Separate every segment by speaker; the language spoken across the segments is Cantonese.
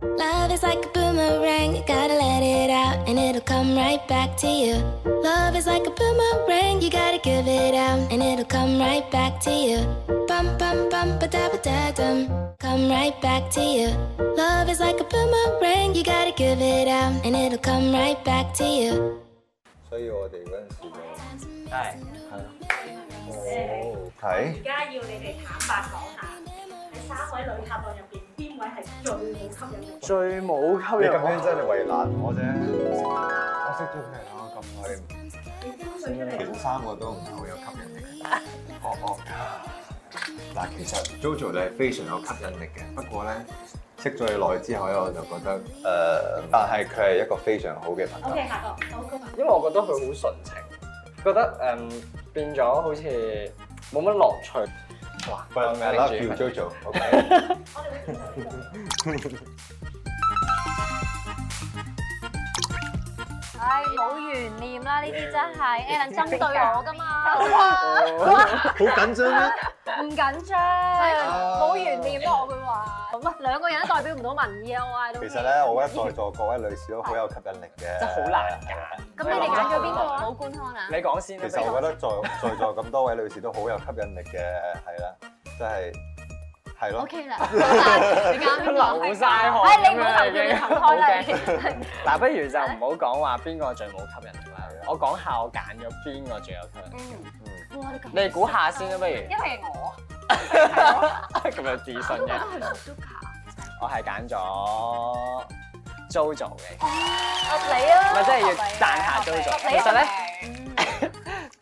Speaker 1: Love is like a boomerang, you gotta let it out, and it'll come right back to you. Love is like a boomerang, you gotta give it out, and it'll come right back to you. Bum bum bum ba da ba da dum, come right back to you. Love is like a boomerang, you gotta give it out, and it'll come right back to you.
Speaker 2: 所以我哋嗰陣時就
Speaker 3: 係
Speaker 2: 哦睇
Speaker 4: 而家要你哋坦白講下，喺三位女客當入邊，邊位係最冇吸引力？
Speaker 3: 最冇吸
Speaker 2: 你
Speaker 3: 引
Speaker 2: 咁樣
Speaker 3: 力。
Speaker 2: 真係為難我啫。
Speaker 5: 我識咗佢啦，咁耐，
Speaker 4: 你挑選出
Speaker 5: 其
Speaker 4: 嚟
Speaker 5: 實三個都唔係好有吸引力。哦哦，嗱，其實 JoJo 你係非常有吸引力嘅，不過咧識咗你耐之後咧，我就覺得呃
Speaker 2: 誒、但係佢係一個非常好嘅朋友。
Speaker 4: ，OK，下個好高文，
Speaker 3: 因為我覺得佢好純情，覺得誒、嗯、變咗好似冇乜樂趣。哇
Speaker 2: But I love you, JoJo，OK？、
Speaker 4: 我哋會挑選出嚟。
Speaker 6: 唉，冇懸念啦，呢啲真係 Alan 針對我㗎嘛，
Speaker 2: 好緊張咩？
Speaker 6: 唔緊張，冇懸念咯，我會話。咁啊，兩個人都代表唔到民意啊，我嗌到。
Speaker 2: 其實咧，我覺得在座各位女士都好有吸引力嘅。
Speaker 3: 真係好難 揀。
Speaker 6: 咁你哋揀咗邊個啊？冇觀看啊
Speaker 3: 你？講先
Speaker 2: 其
Speaker 3: 啦。
Speaker 2: 實我覺得在在座咁多位女士都好有吸引力嘅，係啦，即係係咯
Speaker 6: O。K 啦，你揀邊個？
Speaker 3: 流晒汗
Speaker 6: 唉，你唔好投票，你投胎啦。
Speaker 3: 嗱，不如就唔好講話邊個最冇吸引力啦。我講下我揀咗邊個最有吸引力。
Speaker 6: 你哇，你咁
Speaker 3: 你哋估下先啦， 不如
Speaker 6: 因為我
Speaker 3: 咁有自信 嘅。我係揀咗 JoJo 嘅，
Speaker 6: 合理啊，
Speaker 3: 咪真係要讚下 JoJo。其實咧。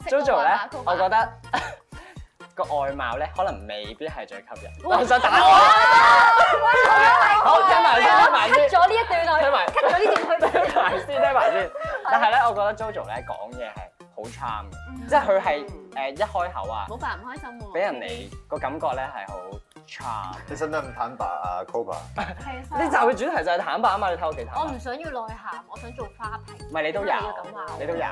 Speaker 3: JoJo 咧，我覺得 個外貌咧，可能未必係最吸引。我想打我啦！好，聽埋先，聽埋
Speaker 6: ，cut
Speaker 3: 先，
Speaker 6: 咗呢一段落
Speaker 3: 聽埋
Speaker 6: ，cut 咗呢段 去。
Speaker 3: 聽埋先，聽埋先。但係咧，我覺得 JoJo 咧講嘢係好 charm 嘅，即係佢係誒一開口啊，
Speaker 6: 冇扮唔開心喎，
Speaker 3: 俾人哋個感覺咧係好 charm。
Speaker 2: 你使唔使咁坦白啊，Koba？
Speaker 3: 呢集嘅主題就係坦白啊嘛，你睇我幾坦
Speaker 6: 我
Speaker 3: 白
Speaker 6: 唔。想要內涵，我想做花瓶。
Speaker 3: 唔係你都有
Speaker 6: 你要咁話，
Speaker 3: 你都有。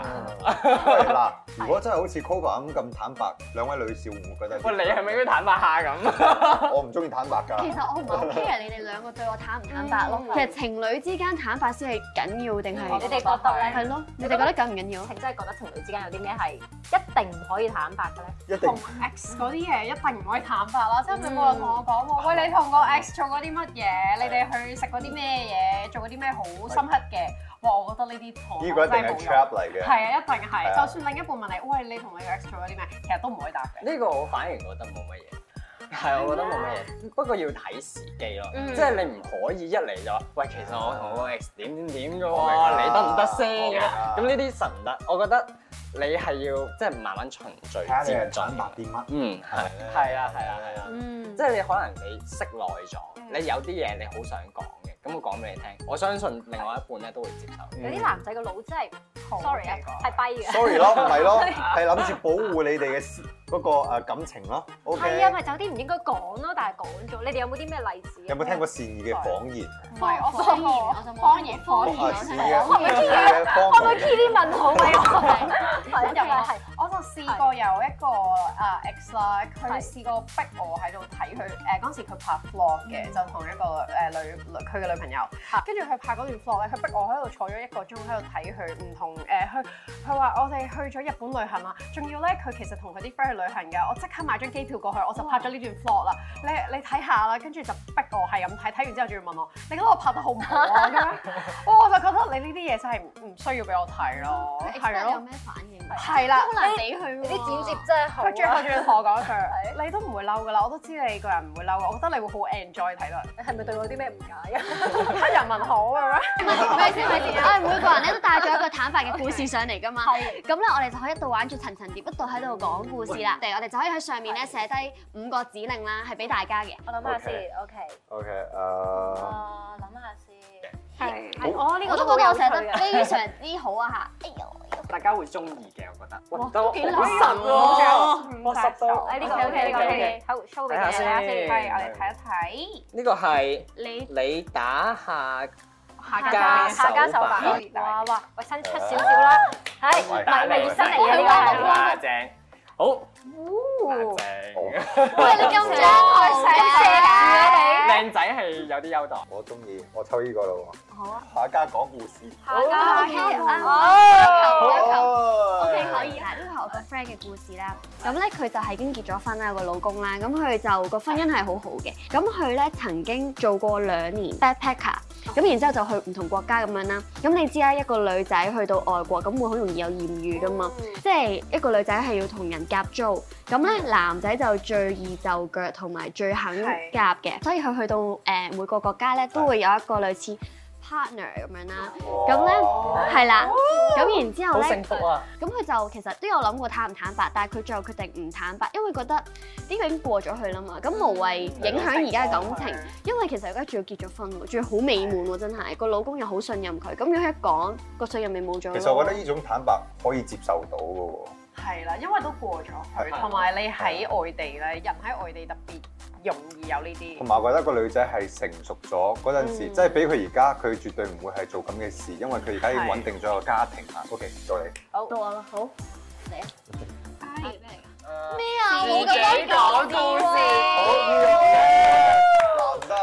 Speaker 2: 喂嗱，如果真係好似 Koba 咁咁坦白，兩位女士會唔會覺得？
Speaker 3: 喂，你係咪應該坦白下咁？
Speaker 2: 我唔中意坦白
Speaker 7: 其
Speaker 2: 㗎。
Speaker 7: 實我唔係好 care 你哋兩個對我坦唔坦白咯。其實情侶之間坦白先係緊要定係？
Speaker 6: 你哋覺得咧？
Speaker 7: 係咯？你哋覺得緊唔緊要？
Speaker 6: 係真係覺得情侶之間有啲咩係一定唔可以坦白嘅咧？
Speaker 2: 一定
Speaker 8: 同 X 嗰啲嘢一定唔可以坦白啦，即係
Speaker 7: 嗯
Speaker 6: 啊
Speaker 8: 佢冇人同我講喎，喂你同個 X 做過啲乜嘢？你哋去食過啲咩嘢？做過啲咩好深刻嘅？哇！我覺得呢啲同
Speaker 2: 呢個一定係
Speaker 8: 真係冇用
Speaker 2: trap 嚟嘅。
Speaker 8: 係啊，一定
Speaker 2: 係
Speaker 8: 係。
Speaker 2: 啊
Speaker 8: 就算另一半問你，喂你同你個 X 做咗啲咩？其實都唔可以答嘅。
Speaker 3: 呢個我反而覺得冇乜嘢，係我覺得冇乜嘢，不過要睇時機咯，即係你唔可以一嚟就話，喂，其實我同我 x 點點點嘅
Speaker 2: 我明啊
Speaker 3: 喎，你得唔得先
Speaker 2: 我明
Speaker 3: 咁
Speaker 2: 啊
Speaker 3: 樣？咁呢啲實唔得，我覺得你係要即係慢慢循序
Speaker 2: 睇下你
Speaker 3: 漸
Speaker 2: 係
Speaker 3: 進
Speaker 2: 坦白。啲乜。
Speaker 3: 嗯，係
Speaker 2: 係咧
Speaker 3: 係啊，係啊，係啊，
Speaker 7: 嗯
Speaker 3: 即，係你可能你識耐咗，你有啲嘢你好想講嘅，咁我講俾你聽，我相信另外一半咧都會接受。
Speaker 6: 有啲男仔個腦真係，sorry 啊，係跛嘅。
Speaker 2: Sorry 咯，唔係咯，係諗住保護你哋嘅私嗰個誒感情咯。OK。
Speaker 6: 係啊，咪就有啲唔應該講咯，但係講咗。你哋有冇啲咩例子？啊
Speaker 2: 有冇聽？過善意嘅謊言？
Speaker 8: 唔係我
Speaker 7: 方言我就冇
Speaker 8: 方言方言
Speaker 2: 啊，
Speaker 7: 我
Speaker 2: 善
Speaker 7: 聽
Speaker 2: 意
Speaker 7: 過
Speaker 2: 嘅善意嘅
Speaker 6: 可唔可
Speaker 2: 謊
Speaker 6: 以
Speaker 2: 言。
Speaker 6: 啲問好俾我？係
Speaker 8: 有啊
Speaker 6: 係係。
Speaker 8: 我就試過有一個啊 ex 啦，佢試過逼我喺度睇佢誒嗰陣時佢拍 vlog 嘅，就同一個誒女女佢嘅女朋友，跟住佢拍嗰段 vlog 咧，佢逼我喺度坐咗一個鐘喺度睇佢唔同誒，佢佢話我哋去咗日本旅行啦，仲要咧佢其實同佢啲 friend 去旅行㗎，我即刻買張機票過去，我就拍咗呢段 vlog 啦，你你睇下啦，跟住就逼我係咁睇，睇完之後仲要問我，你覺得我拍得好唔好啊？咁樣，哇我就覺得你呢啲嘢真係唔唔需要俾我睇咯，係
Speaker 7: 有
Speaker 8: 咯，
Speaker 7: 咩反應？
Speaker 8: 係啦。
Speaker 7: 好難俾佢喎。
Speaker 6: 啲剪接真係好
Speaker 8: 佢最後
Speaker 6: 啊！
Speaker 8: 仲要同我講一句：你都唔會嬲噶啦，我都知你個人唔會嬲嘅，我覺得你會好 enjoy 睇到人
Speaker 6: 你係咪對我有啲咩誤解啊？
Speaker 8: 黑人問好咁樣。
Speaker 7: 咪先咪先，我哋每個人咧都帶咗一個坦白嘅故事上嚟㗎嘛。咁咧，我哋就可以一度玩住層層疊，一度喺度講故事啦。我哋就可以喺上面咧寫低五個指令啦，係俾大家嘅。
Speaker 6: 我諗下先，OK。
Speaker 2: OK，誒。
Speaker 6: 啊，諗下先。
Speaker 2: 好
Speaker 6: 係，我呢
Speaker 7: 我
Speaker 6: 個
Speaker 7: 都
Speaker 6: 都
Speaker 7: 覺
Speaker 6: 覺
Speaker 7: 得
Speaker 6: 得啊我寫
Speaker 7: 我寫得
Speaker 6: 得
Speaker 7: 非常之好啊嚇！哎呦，
Speaker 3: 大家會中意嘅，我覺得。哇，都
Speaker 6: 幾難
Speaker 3: 好實喎，我實到。
Speaker 6: 誒呢個
Speaker 8: OK，OK，OK，
Speaker 6: OK 呢個 OK，好 show 俾大家
Speaker 3: 睇
Speaker 6: 先。
Speaker 3: 下先
Speaker 8: 係，我哋睇一
Speaker 3: 呢個係
Speaker 7: 你
Speaker 3: 你打下家
Speaker 8: 睇家
Speaker 3: 手
Speaker 6: 下手
Speaker 3: 吧
Speaker 6: 吧。哇哇，喂，新出少少啦，係
Speaker 2: 喂
Speaker 6: 咪
Speaker 3: 嚟
Speaker 6: 咪新嚟嘅呢個係
Speaker 3: 正，好，正。
Speaker 7: 喂，你咁張佢想射啊你？
Speaker 3: 靚仔係有啲優待。
Speaker 2: 我中意，我抽呢個咯
Speaker 7: 好啊，
Speaker 2: 喎。下家講故事。
Speaker 7: 啊 OK
Speaker 6: 哦
Speaker 7: 啊，有球。
Speaker 2: 哦
Speaker 7: O K 可以啦，呢個係我個 friend 嘅故事啦。咁咧佢就係已經結咗婚啦，有個老公啦。咁佢就個婚姻係好好嘅。咁佢咧曾經做過兩年 backpacker，咁然之後就去唔同國家咁樣啦。咁你知啦，一個女仔去到外國咁會好容易有豔遇噶嘛，即係一個女仔係要同人夾租。咁咧男仔就最易就腳同埋最肯
Speaker 8: 係
Speaker 7: 夾嘅，所以佢去到誒、呃每個國家咧都會有一個類似 partner 咁樣啦。咁咧係啦，咁然之後
Speaker 3: 好
Speaker 7: 咧
Speaker 3: 幸福啊！
Speaker 7: 咁佢就其實都有諗過坦唔坦白，但係佢最後決定唔坦白，因為覺得呢個已經過咗去啦嘛，咁無
Speaker 2: 嗯
Speaker 7: 謂影響而家嘅感情。因為其實而家仲要結咗婚喎，仲要好美滿喎，真係個老公又好信任佢，咁如果一講個信任咪冇咗咯。
Speaker 2: 其實我覺得呢種坦白可以接受到嘅喎。
Speaker 8: 係啦，因為都過咗去，同埋你喺外地咧，人喺外地特別容易有呢啲
Speaker 2: 同。埋我覺得個女仔係成熟咗嗰陣時，
Speaker 7: 嗯
Speaker 2: 即係俾佢而家，佢絕對唔會係做咁嘅事，因為佢而家已經穩定咗個家庭啦。OK，到你。
Speaker 7: 到我啦，好
Speaker 3: 自己講故事，
Speaker 2: 好嘢！男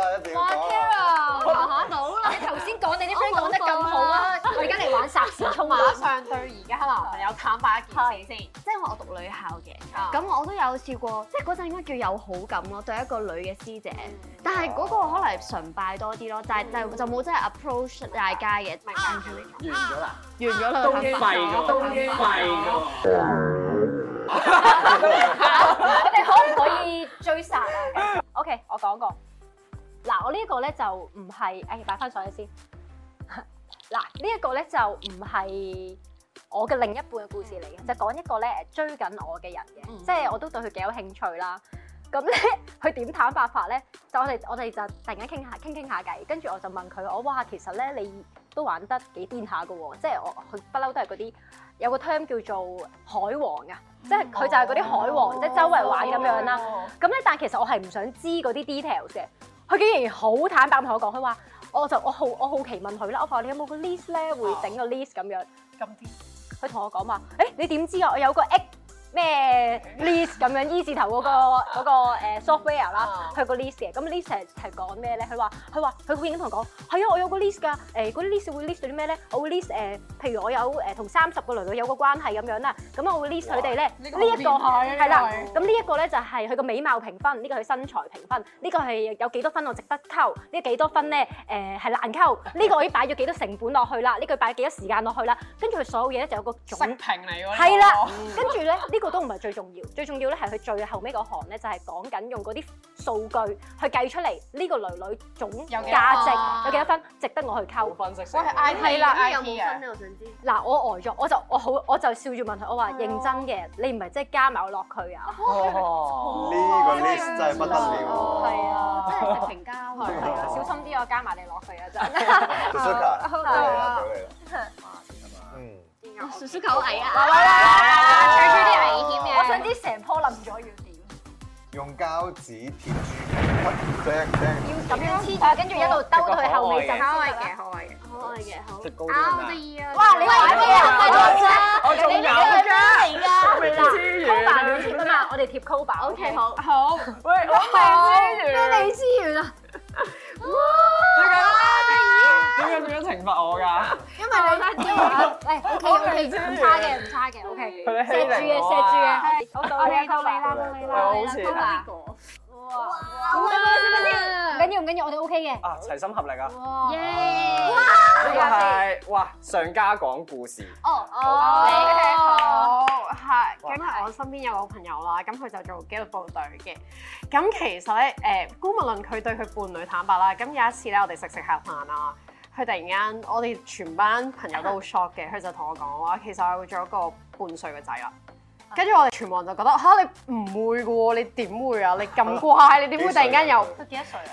Speaker 2: 生一定要講啊。
Speaker 6: 哦 Kira，到啦！你頭先講你啲 friend 講得咁好 啊，我而家嚟玩霎時衝啊！
Speaker 8: 馬上對而家男朋友坦白一件事先。
Speaker 7: 即係我讀女校嘅，
Speaker 6: 哦
Speaker 8: 咁
Speaker 7: 咁我都有試過，即係嗰陣應該叫有好感咯，對一個女嘅師姐，但係嗰個
Speaker 2: 哦
Speaker 7: 可能係崇拜多啲咯，但係就就冇真係 approach 大家嘅，
Speaker 3: 完咗啦，
Speaker 7: 完咗啦，
Speaker 3: 都
Speaker 7: 坦
Speaker 3: 廢
Speaker 7: 白
Speaker 3: 咗，都廢咗。
Speaker 6: 我哋可唔可以追殺啊？OK，我講過。嗱，我呢一個咧就唔係，誒擺翻上去先。嗱，呢一個咧就唔係我嘅另一半嘅故事嚟嘅，就講一個咧追緊我嘅人嘅，即係我都對佢幾有興趣啦。咁咧， 佢點坦白法咧？就我哋我哋就突然間傾下傾傾下偈，跟住我就問佢：我哇，其實咧你都玩得幾癲下嘅喎，即係我佢不嬲都係嗰啲有個 term 叫做海王啊，即係佢就係嗰啲海王，即係周圍玩咁樣啦。
Speaker 7: 哦
Speaker 6: 咁咧，但係其實我係唔想知嗰啲 details 嘅。佢竟然好坦白咁同我講，佢話我就我好我好奇問佢啦，我話你有冇個 list 咧會整個 list 咁樣？
Speaker 8: 咁啲
Speaker 6: 佢同我講話，誒、你點知啊？我有個 X 咩 list 咁樣 E 字頭嗰、個嗰、 個呃 software 啦
Speaker 8: 啊，
Speaker 6: 佢有個 list 嘅。咁 list 係係講咩咧？佢話佢話佢已經同我講，係啊，我有個 list 㗎。誒、嗰啲 list 會 list 到啲咩咧？我會 list 誒、譬如我有誒同三十個女女有個關係咁樣啦。咁我會 list 佢哋咧，呢
Speaker 8: 呢
Speaker 6: 一
Speaker 8: 個
Speaker 6: 個
Speaker 8: 好變態啊呢個
Speaker 6: 係啦。咁呢一個咧就係佢個美貌評分，呢、個佢身材評分，呢、個係有幾多分我值得溝，呢幾多分咧誒係難溝，呢、個我已經擺咗幾多成本落去啦，呢、個擺幾多時間落去啦，跟住佢所有嘢咧就有個總
Speaker 8: 識評嚟喎。
Speaker 6: 係啦，
Speaker 7: 嗯
Speaker 6: 跟住咧呢個都唔係最重要，最重要咧係佢最後尾嗰行咧就係講緊用嗰啲數據去計出嚟呢個女女總
Speaker 8: 有幾多
Speaker 6: 價
Speaker 8: 分
Speaker 6: 值
Speaker 8: 啊
Speaker 6: 有幾多分，值得我去
Speaker 3: 好
Speaker 6: 溝。
Speaker 3: 分析
Speaker 8: 我
Speaker 3: 成
Speaker 8: 係 I
Speaker 7: 係
Speaker 8: T
Speaker 7: 啦，
Speaker 8: I
Speaker 7: 有
Speaker 8: T
Speaker 7: 冇
Speaker 8: 啊
Speaker 7: 分。咧？我想知。
Speaker 6: 嗱，我呆咗，我就我好我就笑住問佢，我話認真嘅，你唔係即係加埋我落佢啊？
Speaker 3: 哦
Speaker 2: 呢個 list 真係不得了。
Speaker 6: 係啊，
Speaker 7: 真係食評家喎
Speaker 6: 係啊， 小心啲，我加埋你落去啊！真
Speaker 2: Suzuka，到你啦，到你啦。嗯，
Speaker 7: 叔叔好矮啊！
Speaker 6: 係
Speaker 7: 最中意啲危險 嘅
Speaker 6: 我想知成樖冧咗要點？
Speaker 2: 用膠紙貼住，正正。
Speaker 6: 要咁樣黐住，跟住一路兜到佢後尾就
Speaker 3: 可
Speaker 6: 嘅。
Speaker 8: 可愛嘅。
Speaker 7: 可愛嘅好
Speaker 3: 食高啲得
Speaker 7: 意啊！
Speaker 6: 哇！你玩咩啊？
Speaker 3: 我仲有㗎，
Speaker 6: 嚟㗎？
Speaker 3: 未知
Speaker 6: 高板
Speaker 3: 完
Speaker 6: 要貼啊嘛，我哋貼高板。
Speaker 7: O K 好，
Speaker 8: 好，
Speaker 3: 喂，我未知完，
Speaker 7: 你知完啦，
Speaker 3: 點解點樣懲罰我㗎？
Speaker 6: 因為你喂 O K O K 唔差嘅唔差嘅 O K，
Speaker 3: 佢哋欺
Speaker 6: 錫住嘅
Speaker 3: 凌我啊！
Speaker 6: 錫住嘅，好到你到你啦到你
Speaker 3: 我
Speaker 6: 啦。
Speaker 3: 好似
Speaker 6: 哇！唔緊要唔緊要，我哋 O K 嘅。
Speaker 3: 啊，齊心合力啊！
Speaker 6: 哇！
Speaker 3: 呢個係哇，上家講故事，
Speaker 8: 哦
Speaker 6: 你
Speaker 8: 好，係。咁我身邊有個朋友啦，咁佢就做紀律部隊嘅。咁其實咧，誒，姑勿論佢對佢伴侶坦白啦。咁有一次咧，我哋食食下飯啦，佢突然間，我哋全班朋友都好 shock 嘅，佢就同我講話，其實我做咗個半歲嘅仔啦。跟住我哋全部人就覺得吓，你唔會嘅喎，你點會啊？你咁乖，你點會突然間有？
Speaker 2: 幾歲啊
Speaker 8: 佢幾多歲啊？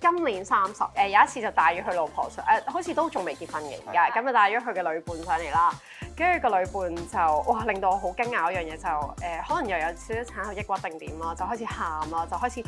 Speaker 8: 今年三十，誒有一次就帶咗佢老婆上，誒、好似都仲未結婚嘅而家，咁就帶咗佢嘅女伴上嚟啦。跟住個女伴就哇，令到我好呃啊驚訝一樣嘢就誒、可能又有少少產後抑鬱定點啦，就開始喊啦，就開始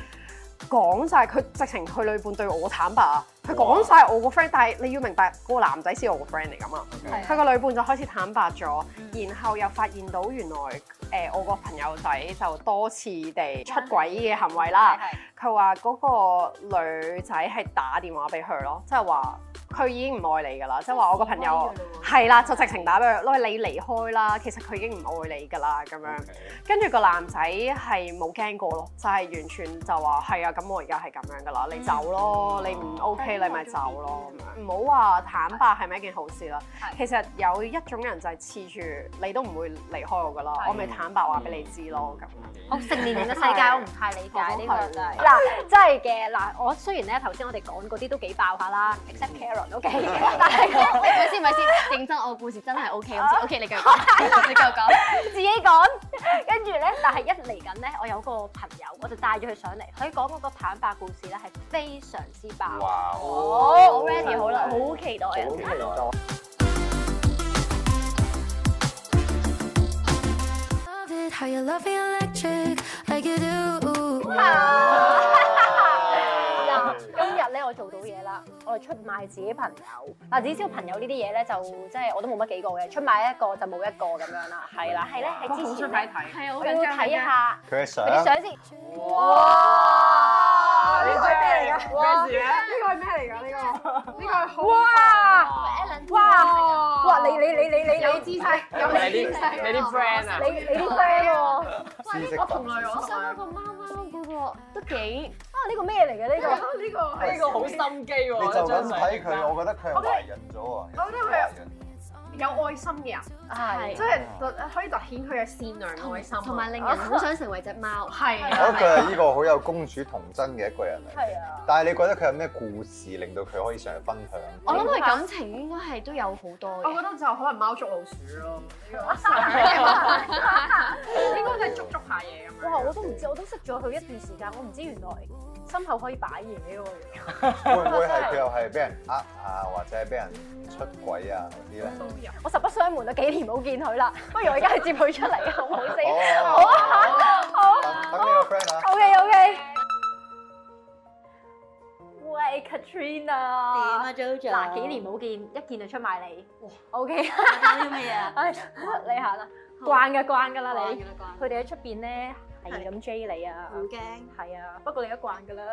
Speaker 8: 講晒佢直情佢女伴對我坦白啊，佢講晒我個 friend，但係你要明白個男仔先係我啊嗯個 friend 嚟噶嘛，
Speaker 6: 係
Speaker 8: 佢個女伴就開始坦白咗，然後又發現到原來誒、呃我個朋友仔就多次地出軌嘅行為啦。佢話嗰個女仔係打電話俾佢咯，即係話佢已經唔愛你㗎啦，即係話我個朋友係啦，就直情打俾佢，喂你離開啦，其實佢已經唔愛你㗎啦咁樣。跟住個男仔係冇驚過咯，就係、完全就話係啊，咁我而家係咁樣㗎啦，你走咯，你唔 OK 你咪走咯咁樣。唔好話坦白係咪一件好事啦，其實有一種人就係黐住你都唔會離開我㗎啦，我咪坦白話俾你知咯
Speaker 3: 啊
Speaker 8: 咁樣。
Speaker 6: 我成年人嘅世界，我唔太理解呢個真係。
Speaker 8: 係
Speaker 6: 嗱，真係嘅，嗱，我雖然咧頭先我哋講嗰啲都幾爆下啦，except Karen，OK，但係
Speaker 7: 喂咪先咪先，認真我故事真 係 O K，好似 O K，你繼續講，你繼續講。
Speaker 6: 自己講，跟住咧，但係一嚟緊咧，我有個朋友，我就帶咗佢上嚟，佢講嗰個坦白故事咧係非常之爆。
Speaker 2: 哇！
Speaker 6: 哦，ready 好啦，好期待啊！
Speaker 1: Love it how you love me electric like you do.
Speaker 6: 啊哦嗱，今日咧我做到嘢啦，我哋出賣自己朋友。嗱，只知道朋友呢啲嘢咧，就即係我都冇乜幾個嘅，出賣一個就冇一個咁樣啦。係啦，係咧，喺之前咧，
Speaker 8: 睇。
Speaker 7: 係啊，
Speaker 6: 我要睇一啊下
Speaker 2: 佢嘅相
Speaker 6: 佢啲相 先。
Speaker 8: 呢
Speaker 6: 哇！
Speaker 8: 個係咩嚟㗎？咩事啊？呢個係咩嚟㗎？呢個呢個係好哇！
Speaker 6: 哇！哇！你你你你你
Speaker 8: 有姿勢，有
Speaker 3: 你啲你啲 friend 啊，
Speaker 6: 你你啲 friend 喎。
Speaker 2: 知識分子
Speaker 7: 我
Speaker 8: 啊
Speaker 7: 想嗰個貓貓嗰個都幾
Speaker 6: 啊！呢個咩嚟嘅呢個？
Speaker 8: 呢個
Speaker 3: 呢個好心機喎，
Speaker 2: 你就咁睇
Speaker 3: 張相
Speaker 2: 佢，我覺得佢係壞人咗喎。
Speaker 8: 我覺得佢有愛心嘅人，
Speaker 6: 係
Speaker 8: 即係可以凸顯佢嘅善良愛心啊，
Speaker 7: 同埋令人好想成為只貓。
Speaker 8: 係
Speaker 2: 我覺得佢
Speaker 8: 啊。
Speaker 2: 係呢個好有公主童真嘅一個人嚟。
Speaker 6: 係啊。
Speaker 2: 但係你覺得佢有咩故事令到佢可以上嚟分享？
Speaker 7: 我諗佢感情應該係都有好多
Speaker 8: 我覺
Speaker 7: 嘅。
Speaker 8: 得就可能貓捉老鼠咯，呢個應該係捉捉下嘢咁
Speaker 6: 哇！
Speaker 8: 樣。
Speaker 6: 我都唔知，我都識咗佢一段時間，我唔知原來心口可以擺嘢呢個嘢。
Speaker 2: 會唔會係佢又係俾人呃啊，或者係俾人出軌啊嗰啲咧？
Speaker 6: 我實不相瞞，我幾年冇見佢啦，不如我而家去接佢出嚟好唔好先？
Speaker 2: 好啊，好。等呢個 friend 啊，
Speaker 6: O K O K。喂，Katrina，點啊 JoJo？嗱，幾年冇見，一見就出賣你。O K。啲乜 嘢？唉，你行啦，慣嘅慣㗎啦你。佢哋喺出邊咧係咁追你啊。唔驚。係啊，不過你都慣㗎啦。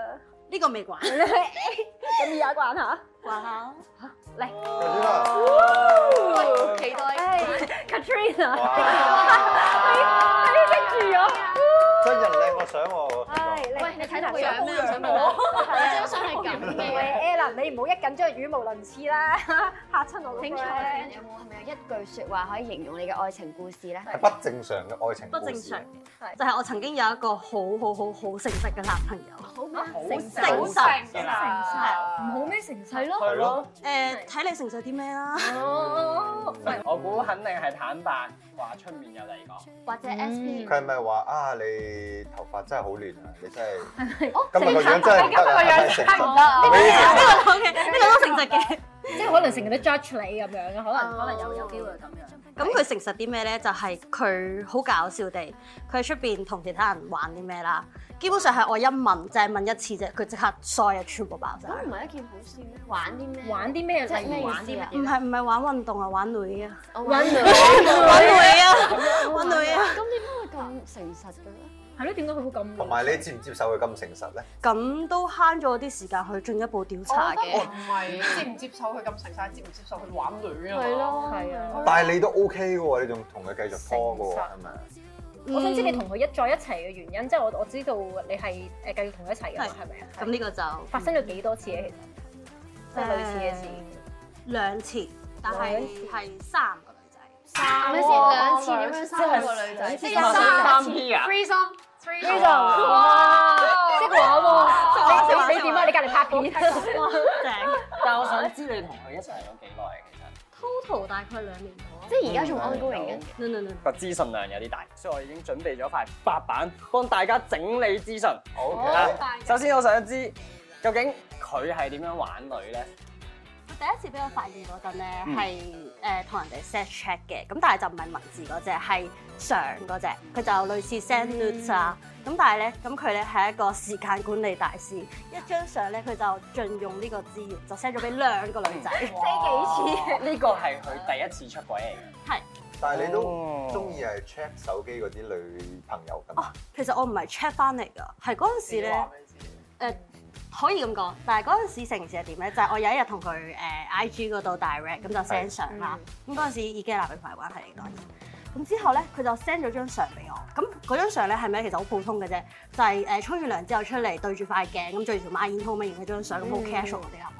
Speaker 9: 呢個未慣，
Speaker 6: 咁而家慣下。
Speaker 9: 慣啦。
Speaker 6: 嚟
Speaker 2: 頭先啊，
Speaker 7: 期待
Speaker 6: 唉，Katrina，
Speaker 2: 哇
Speaker 6: 你拎住我。
Speaker 2: 真人靚過相喎。
Speaker 6: 唉，
Speaker 7: 喂
Speaker 6: 你你
Speaker 7: 你
Speaker 6: 睇下
Speaker 7: 睇下
Speaker 6: 個
Speaker 7: 佢樣
Speaker 6: 樣
Speaker 7: 咩
Speaker 6: 咩？
Speaker 7: 我想問
Speaker 6: 係
Speaker 7: 張相係咁嘅。
Speaker 6: 喂，Alan，你唔好一緊張語無倫次 啦，嚇親我個
Speaker 7: 清楚
Speaker 6: friend
Speaker 7: 你有冇係咪有一句説話可以形容你嘅愛情故事咧？
Speaker 2: 係不正常嘅愛情
Speaker 9: 不
Speaker 2: 故
Speaker 9: 正
Speaker 2: 事
Speaker 9: 常。嘅，就係我曾經有一個好好好好成熟嘅男朋友，
Speaker 7: 好咩？
Speaker 3: 誠
Speaker 9: 誠實
Speaker 3: 誠
Speaker 8: 啊
Speaker 9: 誠
Speaker 7: 好咩成世咯？
Speaker 3: 係咯。
Speaker 9: 誒睇你成熟啲咩啦，
Speaker 3: 我估肯定係坦白話出面有第二個，
Speaker 7: 或者 S P
Speaker 2: 佢係咪話啊？你頭髮真係好亂啊！你真係
Speaker 7: 哦
Speaker 2: 今日個樣真係唔得啊！太成熟
Speaker 9: 呢個 OK，呢個都誠實嘅。
Speaker 6: 即係可能成日都 judge 你咁樣嘅，可
Speaker 7: 哦
Speaker 6: 能可能有有機會係咁樣。
Speaker 9: 咁佢誠實啲咩咧？就係佢好搞笑地，佢喺出邊同其他人玩啲咩啦。基本上係我一問就係問一次啫，佢即刻所有嘢全部爆晒。
Speaker 7: 咁唔係一件好事咩？玩啲咩？
Speaker 6: 玩啲咩？
Speaker 7: 即係
Speaker 9: 啊
Speaker 7: 咩玩啲
Speaker 9: 唔係唔係玩運動啊，玩女啊，
Speaker 7: 玩女。
Speaker 9: 玩女啊，玩女啊。
Speaker 7: 咁點解會咁誠實嘅咧？
Speaker 6: 係咯，點解佢會咁？
Speaker 2: 同埋你接唔接受佢咁誠實咧？
Speaker 9: 咁都慳咗啲時間去進一步調查
Speaker 6: 哦
Speaker 8: 我
Speaker 9: 嘅。
Speaker 8: 唔係接唔接受佢咁誠實，接唔接受佢玩女啊？
Speaker 7: 係咯，
Speaker 6: 係啊！
Speaker 2: 但係你都 OK 嘅喎，你仲同佢繼續拖嘅喎，係咪？
Speaker 6: 我想知你同佢一再一齊嘅原因，即係我我知道你係誒繼續同佢一齊嘅嘛，係咪啊？
Speaker 9: 咁呢個就
Speaker 6: 發生咗幾多次咧？其實即係類似嘅事。
Speaker 9: 兩次，但係係三個女仔。
Speaker 7: 係咪先兩次點樣三個女仔？
Speaker 8: 即係
Speaker 7: 有
Speaker 3: 三 P 啊，
Speaker 8: Free some，free
Speaker 6: 呢度哇，識玩喎！你你點啊？你隔離拍片。
Speaker 9: 哇，正
Speaker 3: 但係我想知你同佢一齊咗幾耐其實。
Speaker 9: ！total 大概兩年多。
Speaker 7: 即係而家仲 ongoing 嘅。
Speaker 9: no no no，
Speaker 3: 個資訊量有啲大，所以我已經準備咗塊白板幫大家整理資訊。
Speaker 2: OK，
Speaker 3: 首先我想知究竟佢係點樣玩女咧？
Speaker 9: 第一次俾我發現嗰陣咧，係誒同人哋 set check 嘅，咁但係就唔係文字嗰只，係相嗰只，佢就類似 send notes 啊。咁但係咧，咁佢咧係一個時間管理大師，一張相咧佢就盡用呢個資源，就 send 咗俾兩個 女仔。
Speaker 6: 哦
Speaker 3: 呢個係佢第一次出軌嚟嘅。
Speaker 2: 但係你都
Speaker 3: 哦
Speaker 2: 中意係 check 手機嗰啲女朋友啊㗎嘛
Speaker 9: 哦？，其實我唔係 check 翻嚟㗎，係嗰陣時咧。誒、可以咁講，但係嗰陣時成事係點咧？就係、我有一日同佢誒 IG 嗰度 direct 咁就 send 相啦。咁嗰陣時已經係男女朋友關係嚟當然。咁之後咧，佢就 send 咗張相俾我。咁嗰張相咧係咩？其實好普通嘅啫，就係、誒、沖完涼之後出嚟對住塊鏡咁對住條孖煙通咁影咗張相，咁好 casual 嗰啲啦。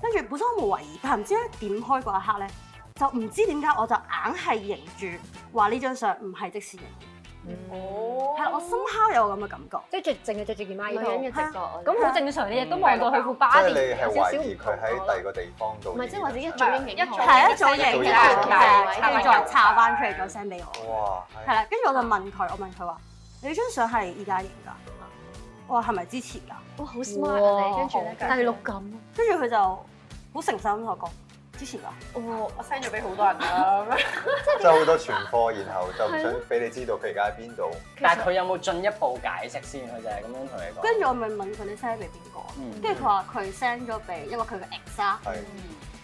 Speaker 9: 跟住本身我冇懷疑，但係唔知咧點開嗰一刻咧，就唔知點解我就硬係迎住話呢張相唔係即時影。哦，係啦，我深刻有咁嘅感覺。
Speaker 6: 即係着淨係着住件孖
Speaker 7: 女
Speaker 6: 衣
Speaker 7: 人嘅
Speaker 6: 套，
Speaker 7: 直覺我覺得，
Speaker 6: 咁好正常。你亦都
Speaker 3: 嗯
Speaker 6: 望到佢副 body
Speaker 2: 即係你係
Speaker 6: 有少少
Speaker 2: 懷
Speaker 6: 唔
Speaker 2: 疑佢喺第二個地方度。啊
Speaker 7: 唔係即係或者一早已經影好，
Speaker 9: 係一早影嘅，係跟住再查翻出嚟再 send 俾我。
Speaker 2: 哇，
Speaker 9: 係啊啦，跟住我就問佢，我問佢話：你張相係而家影㗎？我話係咪之前㗎？
Speaker 7: 哇好 smart 啊你，跟住咧
Speaker 6: 第六感。
Speaker 9: 跟住佢就好誠實咁同我講：之前㗎。
Speaker 8: 我 send 咗俾好 多人啦，
Speaker 2: 即係好多存貨，然後就唔想俾你知道佢而家喺邊度。
Speaker 3: 但係佢有冇進一步解釋先？佢就係咁樣同你講。
Speaker 9: 跟住我咪問佢你 send 俾邊個？
Speaker 3: 嗯
Speaker 9: 跟住佢話佢 send 咗俾一個佢嘅 ex 啦，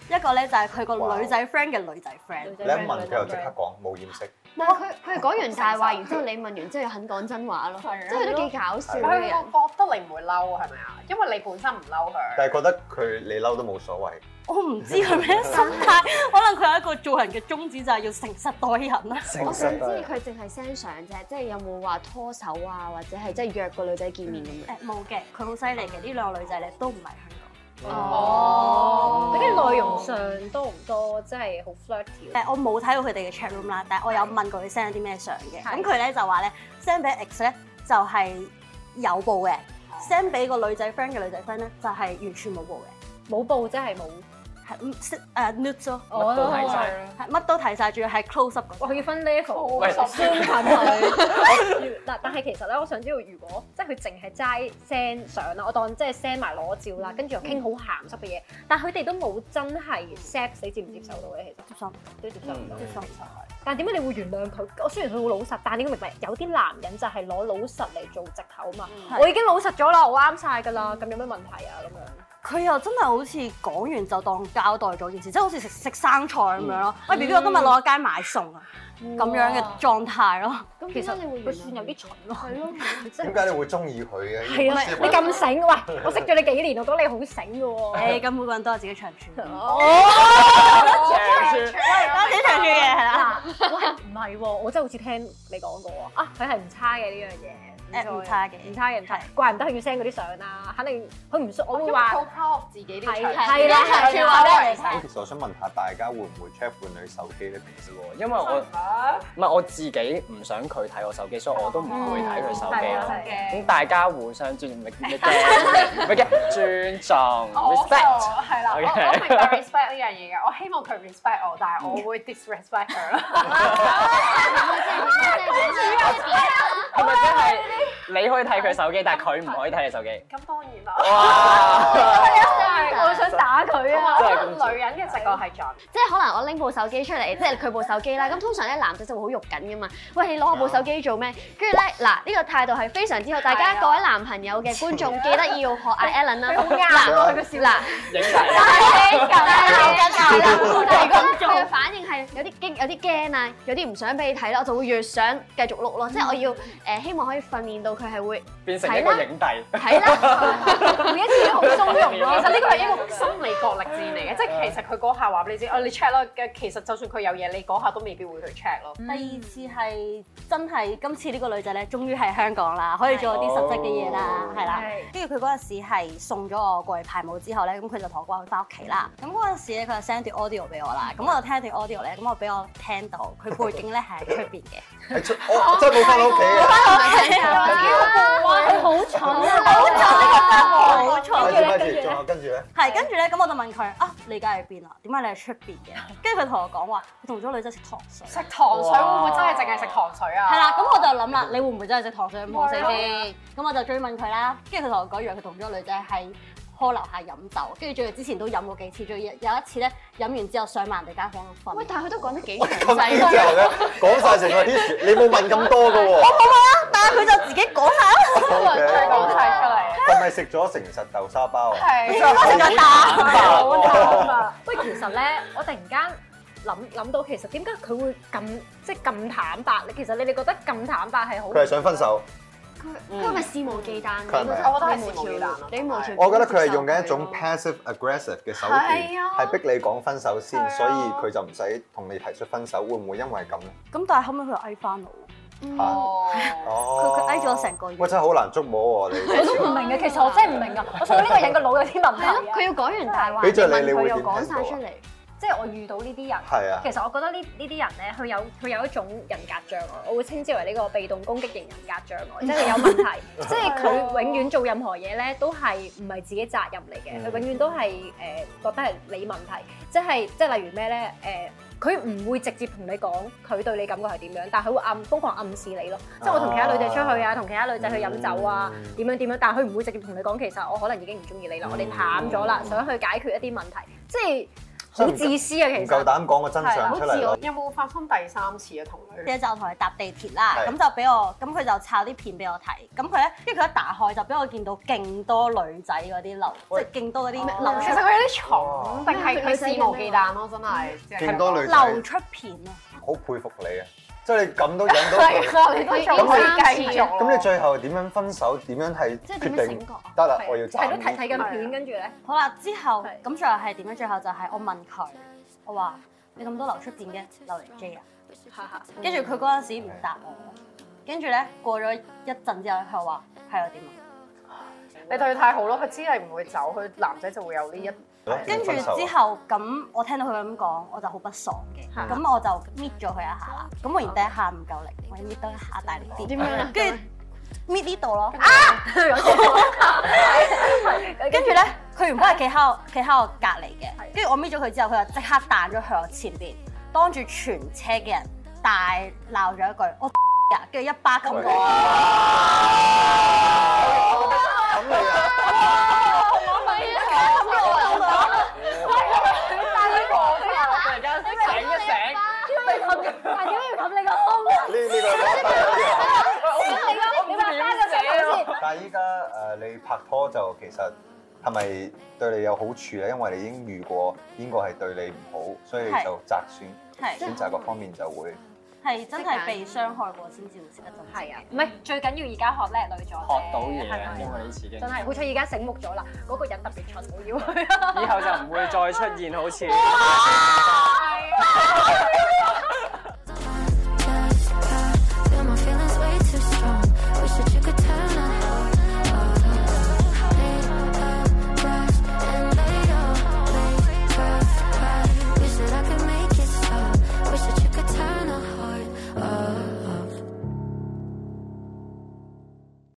Speaker 2: 係
Speaker 9: 一個咧就係佢個女仔 friend 嘅女仔 friend。
Speaker 2: 你一問佢就即刻講冇掩飾，
Speaker 7: 但係佢佢講完大話，然之後你問完之後又肯講真話咯，
Speaker 8: 係啊
Speaker 7: 即係都幾搞笑
Speaker 8: 但
Speaker 7: 嘅
Speaker 8: 係
Speaker 7: 人。
Speaker 8: 我覺得你唔會嬲係咪啊？因為你本身唔嬲佢。
Speaker 2: 但係覺得佢你嬲都冇所謂。
Speaker 9: 我唔知佢咩心 態，可能佢有一個做人嘅宗旨就係要誠實待人啦。
Speaker 3: 嗯
Speaker 7: 我想知佢淨係 send 相啫，即係有冇話拖手啊，或者係即係約個女仔見面咁樣？
Speaker 9: 誒冇嘅，佢好犀利嘅，呢兩個女仔咧都唔係香港。
Speaker 6: 哦，咁嘅內容上多唔多？即係好 flirty
Speaker 9: 誒，我冇睇到佢哋嘅 chat room 啦，但係我有問過佢 send 咗啲咩相嘅。咁佢咧就話咧 send 俾 ex 咧就係有報嘅，send 俾個女仔 friend 嘅女仔 friend 咧就係完全冇報嘅，
Speaker 6: 冇報即係冇，
Speaker 9: 係唔識誒 nudes 咯，
Speaker 6: 我
Speaker 3: 都睇晒
Speaker 9: 係乜都睇晒，仲要係 close up 嗰
Speaker 6: 我
Speaker 9: 種。
Speaker 6: 要分 level，
Speaker 3: 喂
Speaker 6: 相近佢。嗱，但係其實咧，我想知道，如果即係佢淨係齋 send 相啦，我當即係 send 埋裸照
Speaker 9: 嗯
Speaker 6: 啦，跟住又傾好鹹濕嘅嘢，但係佢哋都冇真係 sex，你接唔接受到咧？
Speaker 9: 接
Speaker 6: 其實
Speaker 9: 受
Speaker 6: 都接受唔到。
Speaker 3: 嗯接受
Speaker 6: 但係點解你會原諒佢？我雖然佢好老實，但係你明唔明？有啲男人就係攞老實嚟做藉口嘛。
Speaker 9: 係
Speaker 6: 我已經老實咗啦，我啱晒㗎啦，咁有咩問題啊？咁樣。
Speaker 9: 佢又真係好似講完就當交代咗件事，即係好似食食生菜咁樣咯。喂，B B，我今日落街買餸啊，咁樣
Speaker 6: 啊
Speaker 9: 嘅狀態咯。
Speaker 6: 咁
Speaker 7: 點
Speaker 6: 其
Speaker 7: 解
Speaker 6: 實
Speaker 7: 你會原諒
Speaker 6: 佢算有啲蠢咯，係咯，真
Speaker 2: 點
Speaker 6: 係
Speaker 2: 解你會中意佢嘅？
Speaker 6: 係啊！你咁醒，喂，我識咗你幾年，我覺得你好醒嘅
Speaker 9: 誒，
Speaker 6: 喎。
Speaker 9: 咁每個 人都有自己長處，有自己長處嘅
Speaker 3: 長住。
Speaker 9: 係啦。
Speaker 6: 嗱， 我係唔係喎？我真係好似聽你講過喎。啊，佢係唔差嘅呢樣嘢，
Speaker 9: 誒
Speaker 6: 錯
Speaker 9: 唔差嘅
Speaker 6: 唔差嘅，唔差
Speaker 9: 係。
Speaker 6: 怪唔得佢要 send 嗰啲相啦，肯定佢唔熟，我
Speaker 8: 因
Speaker 6: 會
Speaker 8: 為
Speaker 6: 話
Speaker 8: 好 proud of 自己啲
Speaker 6: 係
Speaker 8: 長
Speaker 6: 係啦，
Speaker 8: 長
Speaker 6: 係
Speaker 8: 處
Speaker 6: 話
Speaker 8: 話
Speaker 6: 俾你
Speaker 8: 俾
Speaker 6: 聽。
Speaker 2: 其實我想問下大家會唔會 check 伴侶手機咧？平時喎，
Speaker 3: 因為我唔係我自己唔想佢睇我手機，所以我都唔會睇佢手機啦。咁大家互相尊重，咪咪嘅，咪嘅尊重
Speaker 8: 我就
Speaker 3: ，respect。
Speaker 8: 係啦，我
Speaker 3: OK
Speaker 8: 我明白 respect 呢樣嘢嘅，我希望佢 respect 我，但係我會 disrespect 佢啦。
Speaker 3: 係咪真係你可以睇佢手機，但係佢唔可以睇你手 機？
Speaker 8: 咁當然啦，
Speaker 3: 哇！
Speaker 7: 啊
Speaker 6: 我想打佢啊！
Speaker 3: 真係
Speaker 8: 我覺得女人嘅直覺係準。
Speaker 7: 即係可能我拎部手機出嚟，即係佢部手機啦。咁通常咧男仔就會好肉緊噶嘛。喂，你攞我部手機做咩？跟住咧嗱，呢個態度係非常之好。大家各位男朋友嘅觀眾記得要學阿 Alan 啦。
Speaker 6: 好啱喎，佢個笑
Speaker 7: 嗱，
Speaker 3: 影晒
Speaker 7: 但係但係但係佢嘅反應係有啲驚，有啲驚啊，有啲唔想俾你睇啦，我就會越想繼續碌咯。即係我要誒希望可以訓練到佢係會
Speaker 3: 變成一個影帝。
Speaker 7: 睇啦。
Speaker 8: 每一次都好鬆容 咯。其實呢個係一個心理角力戰嚟嘅，即係其實佢嗰下話俾你知，哦你 check 啦。其實就算佢有嘢，你嗰下都未必會去 check 咯。
Speaker 6: 嗯
Speaker 9: 第二次係真係今次呢個女仔咧，終於喺香港啦，可以做啲實質嘅嘢
Speaker 6: 哦
Speaker 9: 啦，係啦。跟住佢嗰陣時係送咗我過去排舞之後咧，咁佢就同我講佢翻屋企啦。咁嗰陣時咧，佢就 send 段 audio 俾我啦。
Speaker 6: 嗯
Speaker 9: 咁我就聽段 audio 咧，咁我俾我聽到佢背景咧係喺出邊 嘅。
Speaker 2: 喺出我真係冇翻到屋企啊嘅，
Speaker 6: 啊佢好蠢啊！
Speaker 9: 好蠢呢個真係好
Speaker 6: 哦
Speaker 2: 跟
Speaker 9: 蠢。
Speaker 2: 住跟住仲有跟住咧，
Speaker 9: 係，跟住咧，咁我就問佢啊，你而家喺邊啊？點解你喺出邊嘅？ 跟住佢同我講話，佢同咗女仔食糖水。
Speaker 8: 食糖水會唔會真係淨係食糖水啊？
Speaker 9: 係啦，咁我就諗啦，你會唔會真係食糖水咁好食先？咁我就追問佢啦，跟住佢同我講，原來佢同咗個女仔係
Speaker 6: call 樓下飲酒，跟住仲要之前都飲過幾次，仲要有有一次咧飲完之後上埋人哋間房度瞓。
Speaker 7: 喂，但係佢都講得幾
Speaker 2: 咁
Speaker 7: 詳
Speaker 2: 之
Speaker 7: 細。
Speaker 2: 後咧，講晒成個 history，你冇問咁多噶喎。
Speaker 6: 但係佢就自己講晒啦。
Speaker 8: 佢講晒出嚟。
Speaker 2: 係咪食咗誠實豆沙包啊？
Speaker 8: 係
Speaker 2: 真係好簡單
Speaker 6: 啊
Speaker 3: 啊！喂，其實咧，我突然間諗諗到，其實點解佢會咁即係咁坦白？你其實你哋覺得咁坦白係好？
Speaker 2: 佢係想分手，
Speaker 7: 佢佢係咪肆無忌憚？
Speaker 2: 佢係咪
Speaker 8: 我覺得係肆無忌憚咯
Speaker 7: 你無條件
Speaker 2: 我覺得佢係用緊一
Speaker 7: 接受佢
Speaker 2: 種
Speaker 7: 咯
Speaker 2: passive aggressive 嘅手段，
Speaker 8: 係啊
Speaker 2: 係逼你講分手先
Speaker 8: 係啊，
Speaker 2: 所以佢就唔使同你提出分手。會唔會因為咁咧？
Speaker 6: 咁但係後尾佢又嗌翻我，
Speaker 8: 哦，
Speaker 2: 哦
Speaker 6: 佢佢嗌咗成個月
Speaker 2: 喂，。真係好難捉摸喎
Speaker 3: 我
Speaker 2: 你。
Speaker 3: 都唔明嘅，其實我真係唔明啊！我想呢個人個腦有啲問題
Speaker 7: 係
Speaker 3: 啊
Speaker 7: 咯，佢要講完大話，
Speaker 2: 俾咗你
Speaker 7: 問
Speaker 2: 你
Speaker 7: 佢
Speaker 2: 會
Speaker 7: 又
Speaker 2: 點
Speaker 7: 講
Speaker 2: 聽
Speaker 7: 晒
Speaker 2: 到
Speaker 7: 出
Speaker 2: 啊
Speaker 7: 嚟。
Speaker 3: 即係我遇到呢啲人。
Speaker 2: 係啊
Speaker 3: 其，實我覺得呢呢啲人咧，佢有佢有一種人格障礙，我會稱之為呢個被動攻擊型人格障礙，即係有問題，即係佢永遠做任何嘢咧都係唔係自己責任嚟嘅，
Speaker 2: 嗯
Speaker 3: 佢永遠都係誒、呃、覺得係你問題，即係即係例如咩咧誒。佢唔會直接同你講佢對你感覺係點樣，但係佢會暗瘋狂暗示你咯。即係我同其他女仔出去啊，同其他女仔去飲酒啊，
Speaker 2: 嗯
Speaker 3: 點樣點樣，但係佢唔會直接同你講，其實我可能已經唔中意你啦，我哋淡咗啦，想去解決一啲問題，即係好自私啊，
Speaker 2: 唔
Speaker 3: 其實
Speaker 2: 夠。膽講個真相出嚟咯。
Speaker 8: 有冇發生第三次啊？同佢
Speaker 6: 姐就同佢搭地鐵啦，
Speaker 2: 係
Speaker 6: 咁就俾我，咁佢就抄啲片俾我睇，咁佢咧，跟住佢一打開就俾我見到勁多女仔嗰啲流，即
Speaker 2: 喂
Speaker 6: 係勁多嗰
Speaker 3: 哦
Speaker 6: 啲
Speaker 8: 流
Speaker 6: 流
Speaker 8: 其
Speaker 6: 出
Speaker 8: 實佢有啲重，定係佢肆無忌憚咯，真係。
Speaker 2: 勁多女仔，
Speaker 6: 流出片啊！
Speaker 2: 好佩服你啊！即係你咁都忍到
Speaker 8: 係啊
Speaker 2: 佢，
Speaker 8: 啦，你都仲可以繼續咯。
Speaker 2: 咁你最後點樣分手？點樣係
Speaker 7: 即係點樣
Speaker 2: 決定
Speaker 7: 醒覺啊
Speaker 2: 得啦？
Speaker 3: 係
Speaker 2: 我要
Speaker 3: 係
Speaker 2: 斬
Speaker 3: 都睇睇
Speaker 2: 呢
Speaker 3: 緊片，跟住咧，
Speaker 6: 好啦，之後
Speaker 3: 係
Speaker 6: 咁最後係點樣？最後就係我問佢，我話你咁多流出片嘅，流嚟 J 啊！跟住佢嗰陣時唔答我，跟住咧過咗一陣之後，佢話係又點啊？
Speaker 8: 你對佢太好咯，佢知你唔會走，佢男仔就會有呢一。
Speaker 2: 咯
Speaker 6: 跟住
Speaker 2: 啊
Speaker 6: 之後咁，我聽到佢咁講，我就好不爽嘅，
Speaker 3: 嚇
Speaker 6: 咁我就搣咗佢一下啦。咁我然第一下唔夠力，我搣得一下大力啲。
Speaker 7: 點樣啊
Speaker 6: 跟住搣呢度咯。啊
Speaker 3: 跟
Speaker 6: 跟住咧，佢原本係企喺我企喺我隔離嘅，跟住我搣咗佢之後，佢就即刻彈咗向我前邊，當住全車嘅人大鬧咗一句我啊，跟住一巴冚
Speaker 2: 喂
Speaker 6: 我。
Speaker 2: 咁你啊
Speaker 3: 但係點解要冚你個胸啊？
Speaker 2: 呢呢個。
Speaker 3: 你話單個手先，
Speaker 2: 但係依家誒你拍拖就其實係咪對你有好處咧？因為你已經遇過邊個係對你唔好，所以你
Speaker 6: 係
Speaker 2: 就擇選
Speaker 6: 係
Speaker 2: 選擇各方面就會
Speaker 6: 係真係被傷害過先至會識得珍惜。
Speaker 3: 係啊，唔係最緊要而家學叻女咗，
Speaker 10: 學到嘢
Speaker 3: 係
Speaker 10: 啊，
Speaker 3: 咪
Speaker 10: 因為呢次經驗
Speaker 3: 真係好彩而家醒目咗啦，嗰個人特別蠢，我要去。
Speaker 10: 以後就唔會再出現好似。
Speaker 1: Oh,